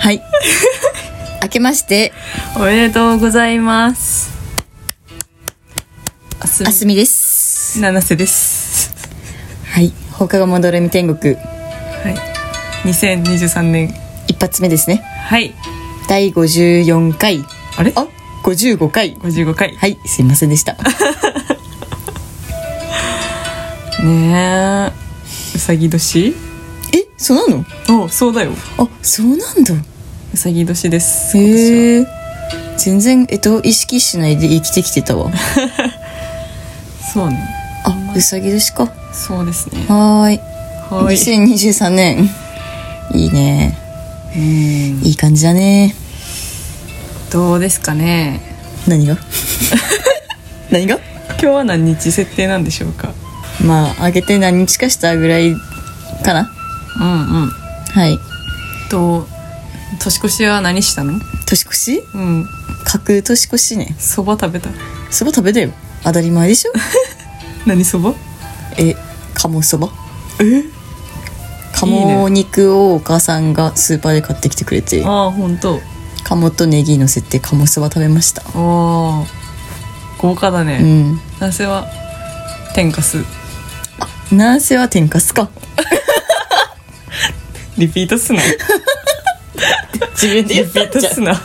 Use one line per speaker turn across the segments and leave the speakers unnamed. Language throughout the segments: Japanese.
はい。 明けまして、
おめでとうございます。あす
あすみです。
七瀬です。
はい。放課後もどれみ天国、
はい。2023年。
一発目ですね。
はい。
第54回。
あれ
あ ?55 回。
?55 回。
はい。すいませんでした。
ねえ。うさぎ年
え、そうなの
おそうだよ。
あ、そうなんだ。
うさぎ年です。今年は
へえ。全然、えっと、意識しないで生きてきてたわ。
そうね。
あ、うさぎ年か。
そうですね。
はーい。
はい。
2023年。いいね。
うん
いい感じだね。
どうですかね。
何 が何が
今日は何日設定なんでしょうか。
まあ、あげて何日かしたぐらいかな。
うんうん。
はい。
と、年越しは何したの
年越し
うん。
格年越しね。
そば食べた。
そば食べたよ。当たり前でしょ
何そば
え、鴨そば
え
鴨肉をお母さんがスーパーで買ってきてくれて、
ああ、ほんと。
鴨とネギ乗せて鴨そば食べました。
おー豪華だ
う
ね、
ん。
男性は天かす
なんせは天かすか。
リピートすな
自分
リピー トすな聞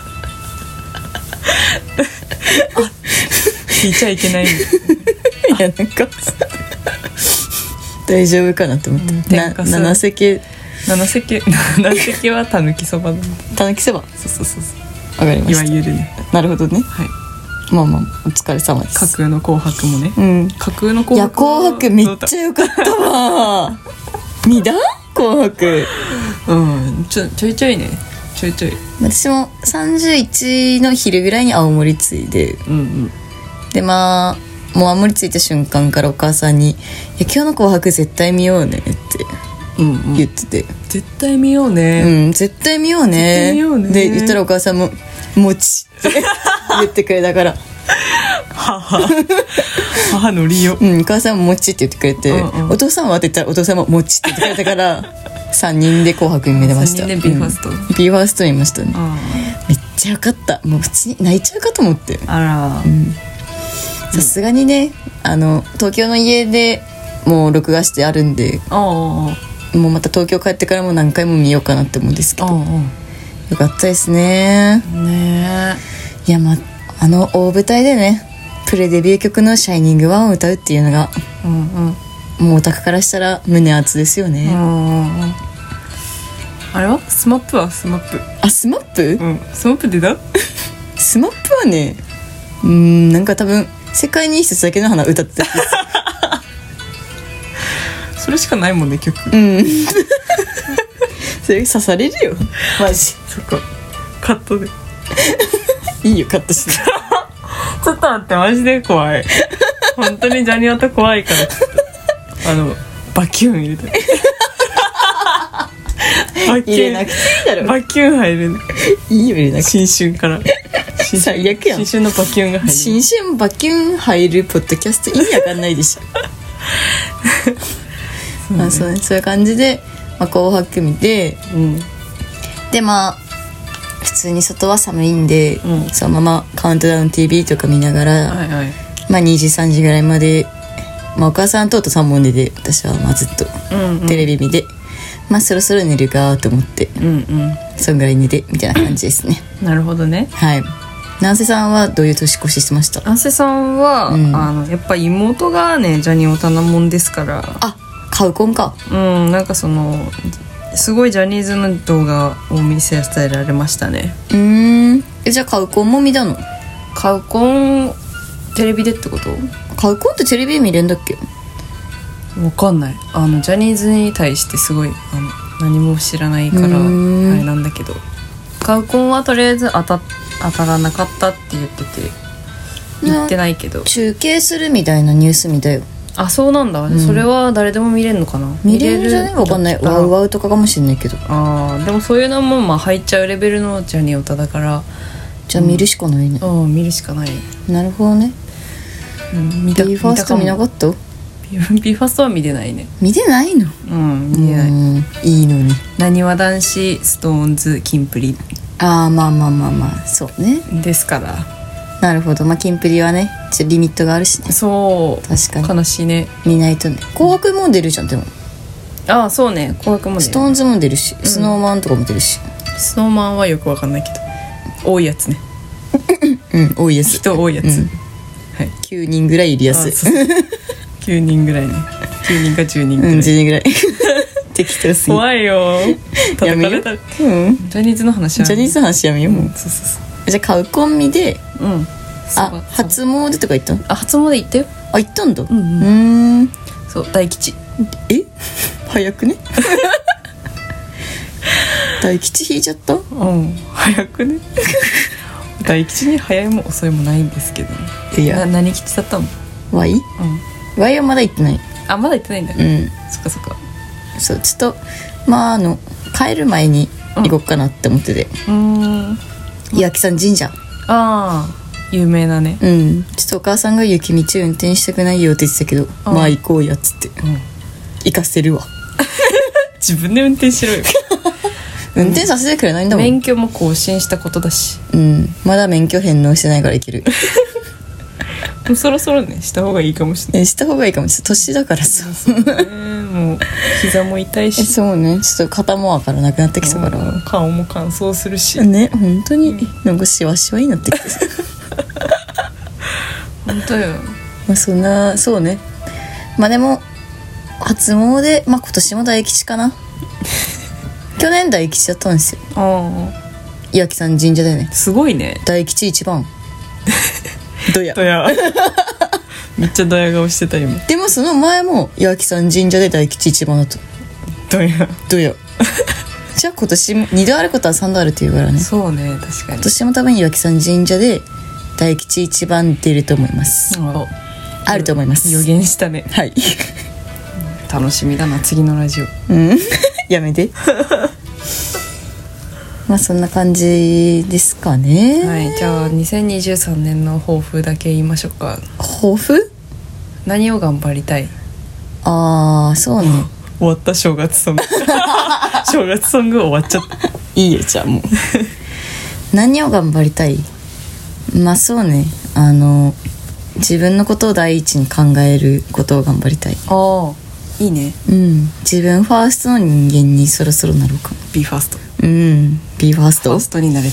いちゃいけない
いや、なんか。大丈夫かなと思
うん
って。な
天かす
七瀬系、
七席七席はたぬきそばだ
たぬきそば。わ
そうそうそうそ
かり
う
ま
いわ
した。
ゆるね
なるほどね。
はい
まあまあ、お疲れ様です。
架空の紅白もね
うん。
架空の
い
紅
や、
白は
紅白めっちゃ良かったわ。見た紅白。
うんちょちょいちょいねちょいちょい
私も31の昼ぐらいに青森着いで、
うんうん
で、まあ、もう青森着いた瞬間からお母さんに、いや、今日の紅白絶対見ようねって
うんうん
言ってて、
絶対見よう
う
ね、
ん、絶対見よう
絶
ね。
対見ようね
で、言ったらお母さんも、もちって言ってくれたから、
母の利用
うん、お母さんももちって言ってくれて、
うんうん
お父さんはって言ったらお父さんももちって言ってくれたから、3人 で紅白に見れました。
三人で BE:FIRST
うん BE:FIRST 見ましたね。
あ
めっちゃ良かったもう普通に泣いちゃうかと思って
あら
さすがにねあの東京の家でもう録画してあるんで
ああ
もうまた東京帰ってからも何回も見ようかなって思うんですけ
あ
ど
あ
よかったですね
ね
いやまああの大舞台でねプレデビュー曲の「シャイニングワンを歌うっていうのが
えうんうん
もうオタクからしたら胸熱ですよ
う
ね、
んうんうんあれはスマップはスマップ
あスマップ
うんスマップ出 た
スマップはねうーんなんか多分世界に一節だけの花歌 ってた気がする
それしかないもんね曲
うんそれ刺されるよマジ
そっかカットでち
いいよ、カットして。
ょっと待ってマジで 怖い本当にジャニオタ怖いからちょっ とあのバキューン入れたいバキ
入れ
ュ
なく
ー
ていいだろ。
ンバキューン入れ る
いいよ、入れなくて。
新春から新春
最悪やん
新春のバキューンが入る
新春バキュン入るポッドキャスト意味わかんないで しょ。
う
まあそうね、そういう感じで、まあ、紅白見て、
うん
で、まあ、普通に外は寒いんで、
うん
そのままカウントダウン TV とか見ながら、
はいはい
まあ2時、3時ぐらいまで、まあお母さんとお父さんも寝て、私はまあずっと
うんうん
テレビ見て、まあそろそろ寝るかと思って、
うんうん
そんぐらい寝て、みたいな感じですね。
なるほどね
はい。南瀬さんはどういう年越ししてました
安瀬さんは、
うん
あのやっぱ妹がねジャニオタなもんですから
あ、カウコンか。
うんなんかそのすごいジャニーズの動画を見せ伝えられましたね
うーん。えじゃあカウコンも見たの
カウコンテレビでってこと
カウコンってテレビで見れんだっけ
わかんないあのジャニーズに対してすごいあの何も知らないからあ
う
れ
ーん
なんだけどカウコンはとりあえず当た当たらなかったって言ってて言ってないけど
中継するみたいなニュース見たよ。
あそうなんだ、
ん
それは誰でも見れるのかな
見れるじゃないわかんない。
だった
ワ
ら
ウワウとかかもしんないけど。
あーでもそういうのもまあ入っちゃうレベルのジャニオタだから
じゃあ見るしかないね。
うん見るしかない、
なるほどね。
うん、見
b ファースト見なかった
ビファストは見てないね
見てないの
うん見てない、
うんいいのに
なにわ男子ストーンズキンプリ
ああまあまあまあまあそうね
ですから
なるほどまあキンプリはねちょっとリミットがあるしね
そう
確かに
悲しいね
見ないとね紅白も出るじゃんでも
ああそうね紅白もね
ストーンズも出るし、スノーマンとかも出るし
スノーマンはよくわかんないけど多いやつね
うん多いです
人多いやつ、
うん
はい
9人ぐらいいるやつ
9人ぐらいね9人か10人ぐ
う
らい、
ん10人ぐらい 適当すぎ
怖いよ
や
叩
めよ
かれ
う
たジ
うん
ャニーズの話
ジ
は
ャニーズの話やめようもう
そうそう
じゃあ買うコンビで
そううん
あ
そう
初詣とか行ったの
あ初詣行ったよ
あ行ったんだう
うんうん
ーん
そう大吉
え 早く ね大吉引いちゃった
うん早くね 大吉に早いも遅いもないんですけどね
い
な
や
何吉だったの
Y?
うん
Y はまだ行ってない
あまだ行ってないんだ、
うん
そっかそっか
そうちょっとまああの帰る前に行こうかなって思ってて、
うーん
八木さん神社
ああ有名なね
うんちょっとお母さんが雪道運転したくないよって言ってたけど
うん
まあ行こうやっつって
うん
行かせるわ
自分で運転しろよ
運転させてくれないんだもん
免許も更新したことだし
うんまだ免許返納してないから行ける
もうそろそろねした方がいいかもしれない
えした方がいいかもちょっと年だからさ
ねもう膝も痛い
え
し
そうねちょっと肩もわからなくなってきたか
う
ら
ん顔も乾燥するし
ね本当になんかしわしわになってきて
本当よ
まあそんなそうねまあでも初詣まあ今年も大吉かな去年大吉だったんですよ
あ
八木さん神社だよね
あすごいね
大吉一番どや
ドヤめっちゃドヤ顔してた今
でもその前も八木さん神社で大吉一番だと
ドヤ
どやじゃあ今年も2度あることは3度あるっていうからね
そうね確かに
今年も多分八木さん神社で大吉一番出ると思います
あ
あると思います
予言したね
はい
楽しみだな次のラジオ
うん やめてまあそんな感じですかね、
はいじゃあ2023年の抱負だけ言いましょうか
抱負
何を頑張りたい
ああそうね
終わった正月 ソング正月ソング終わっちゃった
いいよじゃあもう 何を頑張りたいまあそうねあの自分のことを第一に考えることを頑張りたい
ああいいね
うん自分ファーストの人間にそろそろなろうかも
b ファースト
うん b ファースト
ファーストになれ
い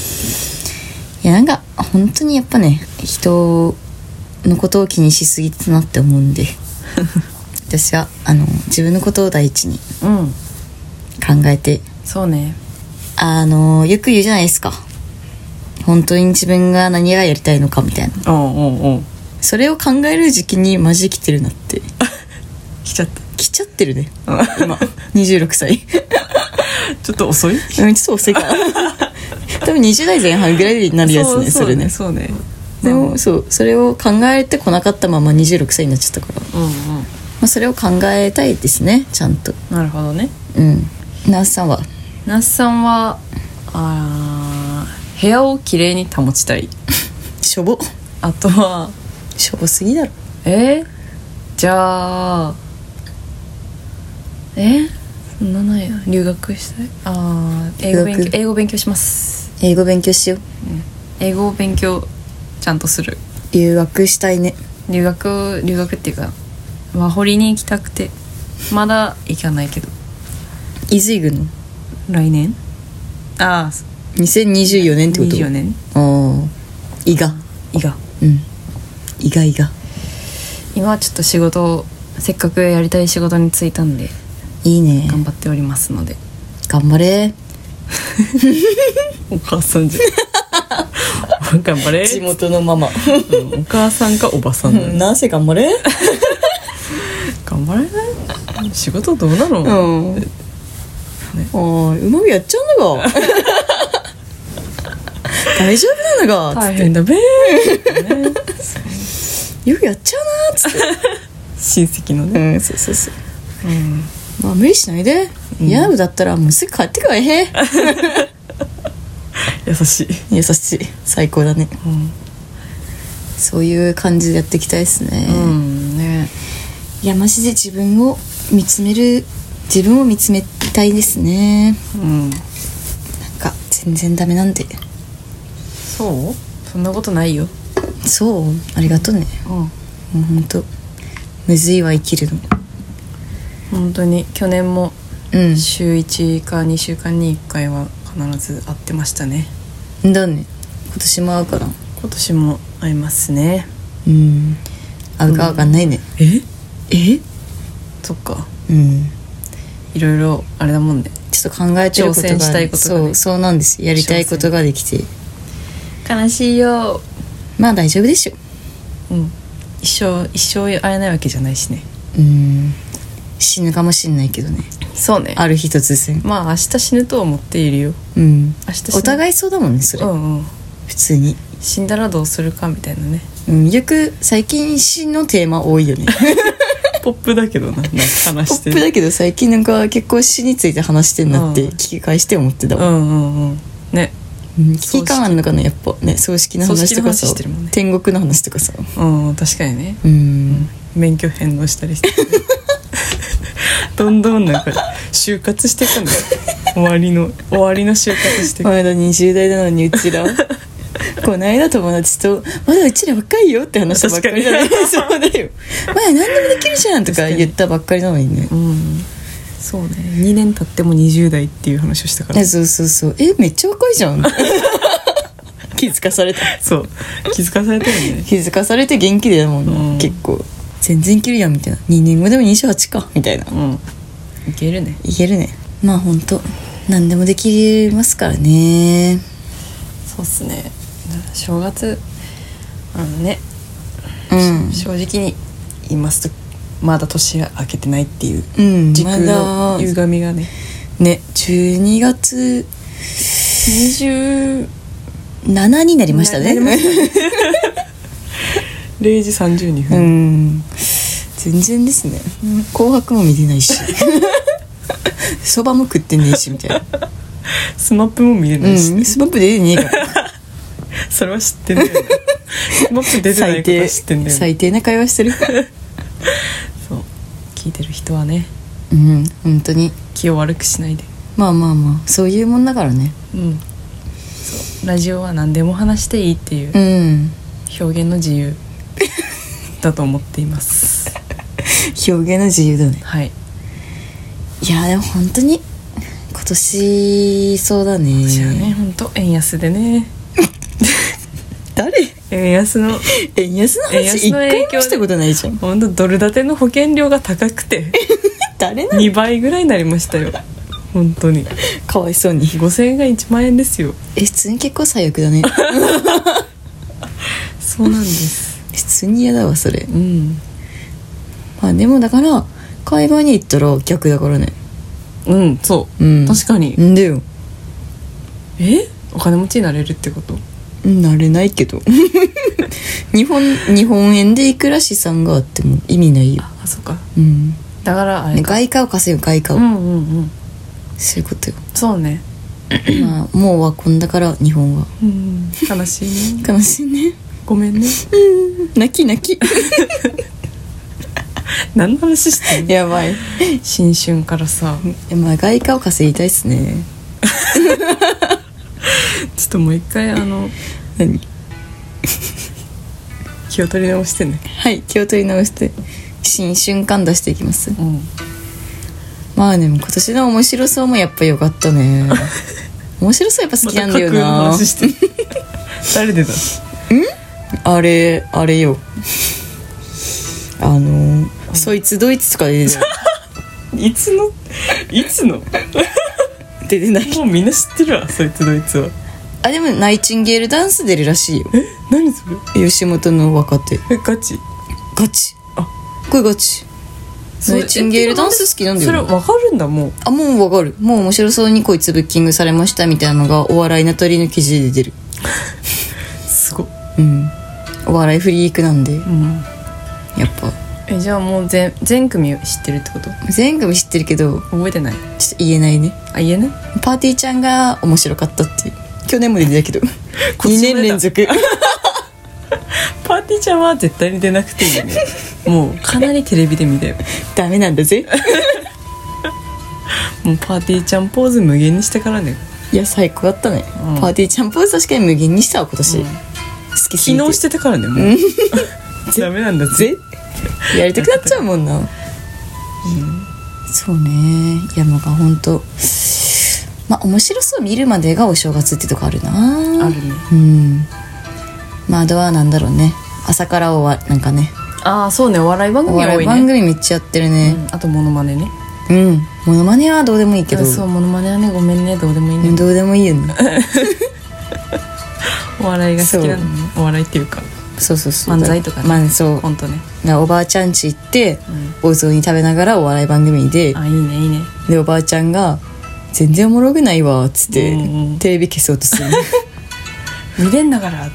やなんか本当にやっぱね人のことを気にしすぎてたなって思うんで私はあの自分のことを第一に
うん
考えて
そうね
あのよく言うじゃないですか本当に自分が何がやりたいのかみたいな
おうんうんうん
それを考える時期にマジで来てるなって
来ちゃっ
来ちゃってるね
た
今26歳
ちょっと遅 い
うんちょっと遅いかな多分20代前半ぐらいになるやつねそれね
そうね
でもそうそれを考えてこなかったまま26歳になっちゃったから
うんうん
まあ、それを考えたいですねちゃんと
なるほどね
うんナースさんは
那須さんはあー部屋をきれいに保ちたい
しょぼ
あとは
しょぼすぎだろ
えーじゃあえそんなないな留学したいあー英語勉
留
強
学
英語勉強します
英語勉強しよう
英語を勉強ちゃんとする
留学したいね
留学留学っていうかワホリに行きたくてまだ行かないけど
いずいぐの
来年ああ
2024年ってこと
24年
ああ胃が
いが
うん胃が胃が
今はちょっと仕事をせっかくやりたい仕事に就いたんで
いいね
頑張っておりますので
頑張れ
お母さんじゃん頑張れ
地元のママ
うんお母さんかおばさんだね
ナース頑張れ
頑張れない仕事どうなの、
うんああうまくやっちゃ うのか大丈夫なのか
大変だべー、ね、
よくやっちゃうなーっつって
親戚のね、
うんそうそうそう
うん、
まあ無理しないで嫌なことだったらもうすぐ帰ってくわへ、
優しい、
優しい最高だね
うん
そういう感じでやっていきたいですね、
うんね
いやマジで自分を見つめる自分を見つめたいですね
うん
なんか全然ダメなんで
そうそんなことないよ
そうありがとうね
うん
もうほんとむずいわ生きるの
本当に去年も
う
週1か2週間に1回は必ず会ってましたね
んだね今年も会うから
今年も会いますね
うん会うか会うかんないね、
え
え
そっか
うん
いろいろあれだもんね
ちょっと考えてることが
挑戦したいことがね
そうそうなんですやりたいことができて
悲しいよ
まあ大丈夫でしょ
うん一生一生会えないわけじゃないしね
うん死ぬかもしんないけどね
そうね
ある日突然
まあ明日死ぬとは思っているよ
うん
明日死ぬ
お互いそうだもんねそれ、
うんうん
普通に、
死んだらどうするかみたいなね
うん、よく最近死のテーマ多い よね
ポップだけどななんか話
ポップだけど最近なんか結構死について話してんなって
うん
聞き返して思ってた
う
わ、
んうんうんね
うん、危機感あんのかなやっぱね葬式の話とかさ
葬式の話してるもんね
天国の話とかさ
うん確かにね
うん
免許返納したりして どんどんなんか就活していくんだよ終わりの終わりの就活してい
ま
く
だ20代なのにうち らこないだ友達と「まだうちら若いよ」って話したばっかりだね
確かに
そうだよ「まだ何でもできるじゃん」とか言ったばっかりなのにね
うんそうね2年経っても20代っていう話をしたから
えそうそうそうえめっちゃ若いじゃ ん気づかされた
そう気づかされたよね
気づかされて元気だもんな、
うん
結構全然いけるやんみたいな2年後でも28かみたいな
うんいけるね
いけるねまあほんと何でもできますからね
そうっすね正月あのね、
うん
正直に言いますとまだ年明けてないっていう
うん
時
ま
空
だ
の歪みがね
ね12月
20
7になりましたね
ななりまし0時32
う
分、
ん全然ですね紅白も見てない しそばも食ってねえしみたいな
スマップも見れ
う
ない
ん
し、
スマップ出てねえから
それは知ってん だよねスマップ出てない
最
こと
低
は知ってんだよね
最低な会話してる
そう聞いてる人はね
うん本当に
気を悪くしないで
まあまあまあそういうもんだからね
うんそうラジオは何でも話していいっていう
うん
表現の自由だと思っています
表現の自由だね
はい
いやでも本当に今年そうだね
じゃあね本当円安でね
誰
円安の
円安の
円
話
安
一
の影響
回もしたことないじゃん
本当ドル建ての保険料が高く て
誰なの
2倍ぐらいになりましたよ本当に
かわいそうに
5000円が1万円ですよ
え普通に結構最悪だね
そうなんです
普通に嫌だわそれ
うん
まあでもだから海外に行ったら逆だからね
うんそう、
うん
確かに、
んだよ
えお金持ちになれるってこと
なれないけど 日本日本円でいくら資産があっても意味ないよ、
あそっか
うん
だからあ
ね
れか
外貨を稼ぐ外貨
う
を、
んうんうん
そういうことよ
そうね、
まあもうはこんだから日本は
うん、悲しいね
悲しいね
ごめんね
泣き泣き
何の話してんの
やばい
新春からさ
えまあ外貨を稼ぎたいっすね
ちょっともう一回あの
何
気を取り直してね
はい気を取り直して新瞬間出していきます
うん
まあでも今年の面白そうもやっぱ良かった ね面白そうやっぱ好
ま
きな
た
ん
架
だよ
空の
な、
話して 誰でだ
あれあれよあのそいつドイツとか出て ない
いつのいつのも
出てないう
みんな知ってるわそいつドイツは
あでもナイチンゲールダンス出るらしいよ
え何それ
吉本の若手
えガチ
ガチ
あ
これガチナイチンゲールダンス好きなんだよ
それわかるんだもう
あもうわかるもう面白そうにこいつブッキングされましたみたいなのがお笑いナタリーの記事で出てる
すごい、
うんお笑いフリークなんで
うん、
やっぱ
えじゃあもう全全組知ってるってこと
全組知ってるけど
覚えてない
ちょっと言えないね
あ言えない
パーティーちゃんが面白かったっていう去年も出てたけ ど2
年も出た
年連続
パーティーちゃんは絶対に出なくていいよねもうかなりテレビで見たよ
ダメなんだ ぜ
もうパーティーちゃんポーズ無限にしてからね
いや最高だったね、
うん
パーティーちゃんポーズ確かに無限にしたわ今年、
うん
好きすぎ
昨
て
日してたからねもう ダメなんだぜ
ぜやりたくなっちゃうもんな、そうね山がほんとまあ面白そう見るまでがお正月ってとこあるな
あるね
うんまああとはなんだろうね朝からおわなんかね
ああそうねお笑い番
お
組が多
笑い
い
番
ね
組めっちゃやってる
う
ね
んあとモノマネね
うん、モノマネはどうでもいいけど
そうモノマネはねごめんねどうでもいい
うん
ね
どうでもいいよ ね
お笑いが好きなのねお笑いっていうか
そうそうそう
漫才とかね
まあそう
コントね
だからおばあちゃん家行って、お雑煮食べながらお笑い番組で
あいいねいいね
でおばあちゃんが「全然おもろくないわ」っつって、
うんうん
テレビ消そうとす る
見れんだから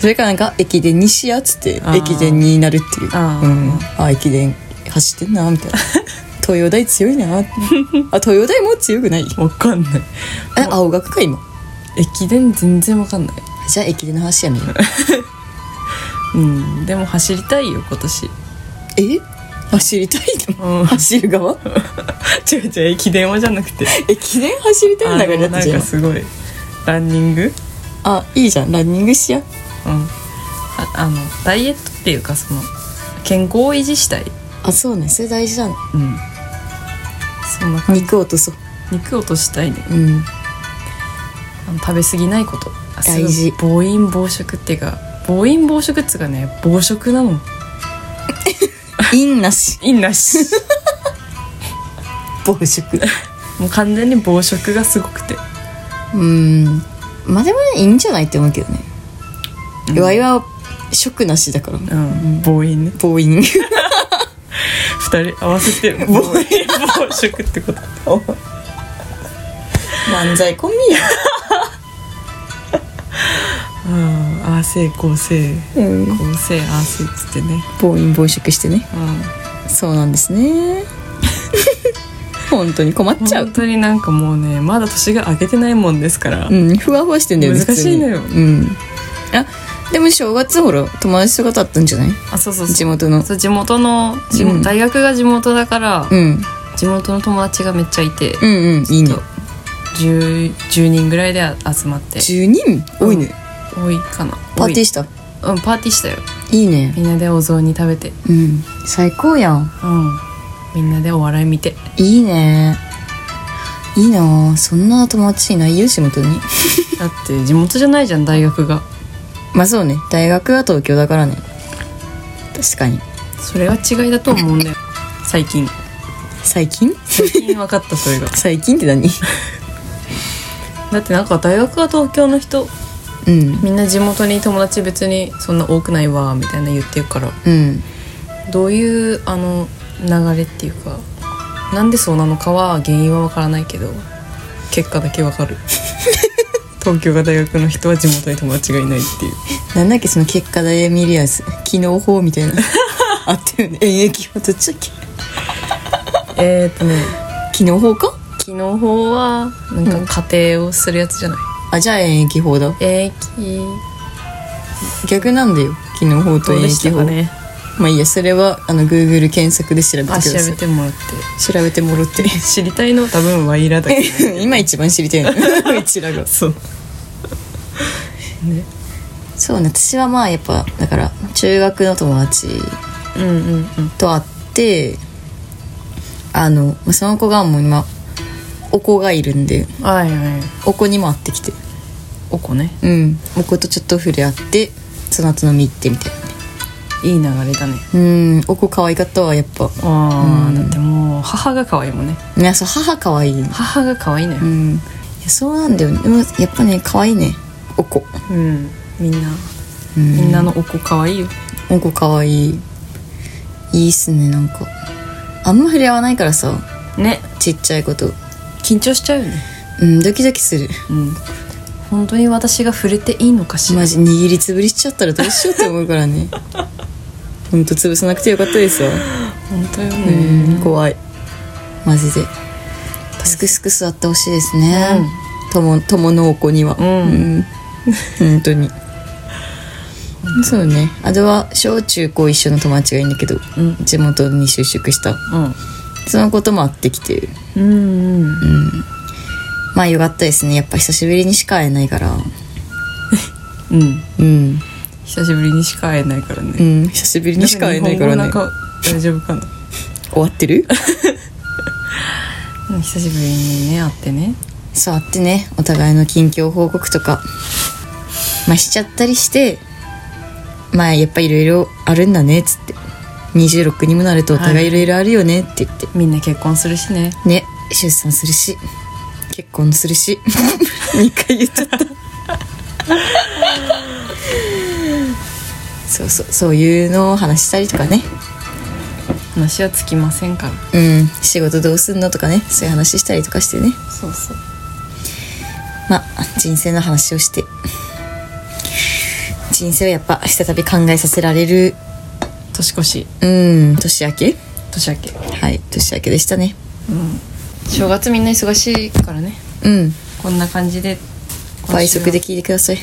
それからなんか「駅伝にしや」っつって
あー
駅伝になるっていう
あー
うん、あ駅伝走ってんなみ たいな東洋大強いなってあ東洋大もう強く ない
わかんない
え青学か今
駅伝全然わかんない
じゃあ駅伝の話やめよう
うんでも走りたいよ今年
え走りたいの、
うん
走る側
違う違う駅伝はじゃなくて
駅伝走りたいんだから
あの
だっ
な
て
ん
じゃ
かすごいランニングうん
ああいいじゃんランニングしや
ああのダイエットっていうかその健康を維持したい
あそうねそれ大事だね
うんそんな感じ
肉落とそう
肉落としたいね
うん
あの食べ過ぎないことあすごい
大事
暴飲暴食っていうか暴飲暴食っつうかね暴食なの
インなし
いいなし
暴食
もう完全に暴食がすごくて
うんまあでもねいいんじゃないって思うけどね、わいは食なしだから、
うん、暴飲ね
暴飲
二人合わせて 暴飲暴食ってこと
漫才コンビ
うん合わせ構成
や、うん、
構成合わせっつってね
暴飲暴食してね
う
そうなんですね 本当に困っ
ん
ちゃう
本当になんかもうねまだ年が明けてないもんですから、
うんふわふわしてんだよね
難しいのよ
普通にうんあでも正月ほら友達とかと会ったんじゃない
あそうそう
地
そう
元の
そう地元の地元、
うん
大学が地元だから、
うん
地元の友達がめっちゃいて、
うんうんいいね
そう 10, 10人ぐらいで集まって
10人多いね、
多いかな
パーティー
ー
した
うんパーティーしたよ
いいね
みんなでお雑煮食べて
うん最高やん
うんみんなでお笑い見て
いいねいいなあそんな友達いないよ地元に
だって地元じゃないじゃん大学が
まあそうね大学は東京だからね確かに
それが違いだと思うんだよ最近
最近
最近分かったそれが
最近って何
だってなんか大学は東京の人
うん
みんな地元に友達別にそんな多くないわみたいな言ってるから
うん
どういうあの流れっていうかなんでそうなのかは原因は分からないけど結果だけ分かる 東京が大学の人は地元に友達がいないっていう
なんだっけその結果で見るやつ機能法みた いなあったよね演疫はどっちだっけ
えーっとね
機能法か
機能法はなんか家庭をするやつじゃない、
あじゃあ演疫法だ
えー、
逆なんだよ機能法と
どう
演
でし
疫
た
法、
かね
まあいいやそれはあの Google 検索で調べてくだ
あ調
さ
べ
い
てもらっ
調
て
べてもろって
知りたいの多分ワイラだけ
今一番知りたいのうちらが
そう
そうね私はまあやっぱだから中学の友達
うんうんうん
と会ってあのその子がもう今お子がいるんで
はいはい
お子にも会ってきて
おこね
うんお子とちょっと触れ合ってその後飲み行ってみたいなね
いい流れだね
うんお子可愛かったわやっぱ
ああ、
うん
だってもう母が可愛いもんね
いやそう母可愛いね
母が可愛いのよ
うんいやそうなんだよねでもやっぱね可愛いねお子
うんみんな
うん
みんなのお子可愛いよ
おこかわいいいいっすねなんかあんま触れ合わないからさ
ね
ちっちゃいこと
緊張しちゃうよね
うんドキドキする
うん本当に私が触れていいのかしら
マジ握りつぶりしちゃったらどうしようって思うからね ほんと潰さなくてよかったですよ
本当よ
う
ね
ん怖いマジですくすく座ってほしいですね、 友友のお子には
うん
うん、本当にそうねあれは小中高一緒の友達がいるんだけど、
うん
地元に就職した
うん
そのこともあってきてる
うんうん
まあよかったですねやっぱ久しぶりにしか会えないから
うん
うん
久しぶりにしか会えないから
う
ね
ん久しぶりにしか会えないから
な
ね
んか大丈夫かな
終わって る
うん久しぶりにね会ってね
そうあってねお互いの近況報告とかまあしちゃったりしてまあやっぱいろいろあるんだねっつって26にもなるとお互いいろいろあるよねって言って、
みんな結婚するしね
ね出産するし結婚するし2 回言っちゃった そうそうそういうのを話したりとかね
話はつきませんから
うん仕事どうすんのとかねそういう話したりとかしてね
そうそう
まあ人生の話をして人生をやっぱ再び考えさせられる
年越し
うん年明け
年明け
はい年明けでしたね
正月みんな忙しいからね
うん
こんな感じで今週は
倍速で聞いてください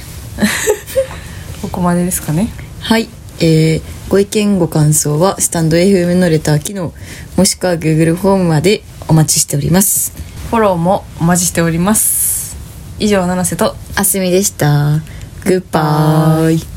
ここまでですかね
はい、えーご意見ご感想はスタンド FM のレター機能もしくは Google ホームまでお待ちしております
フォローもお待ちしております以上七瀬と
あすみでしたグッバイ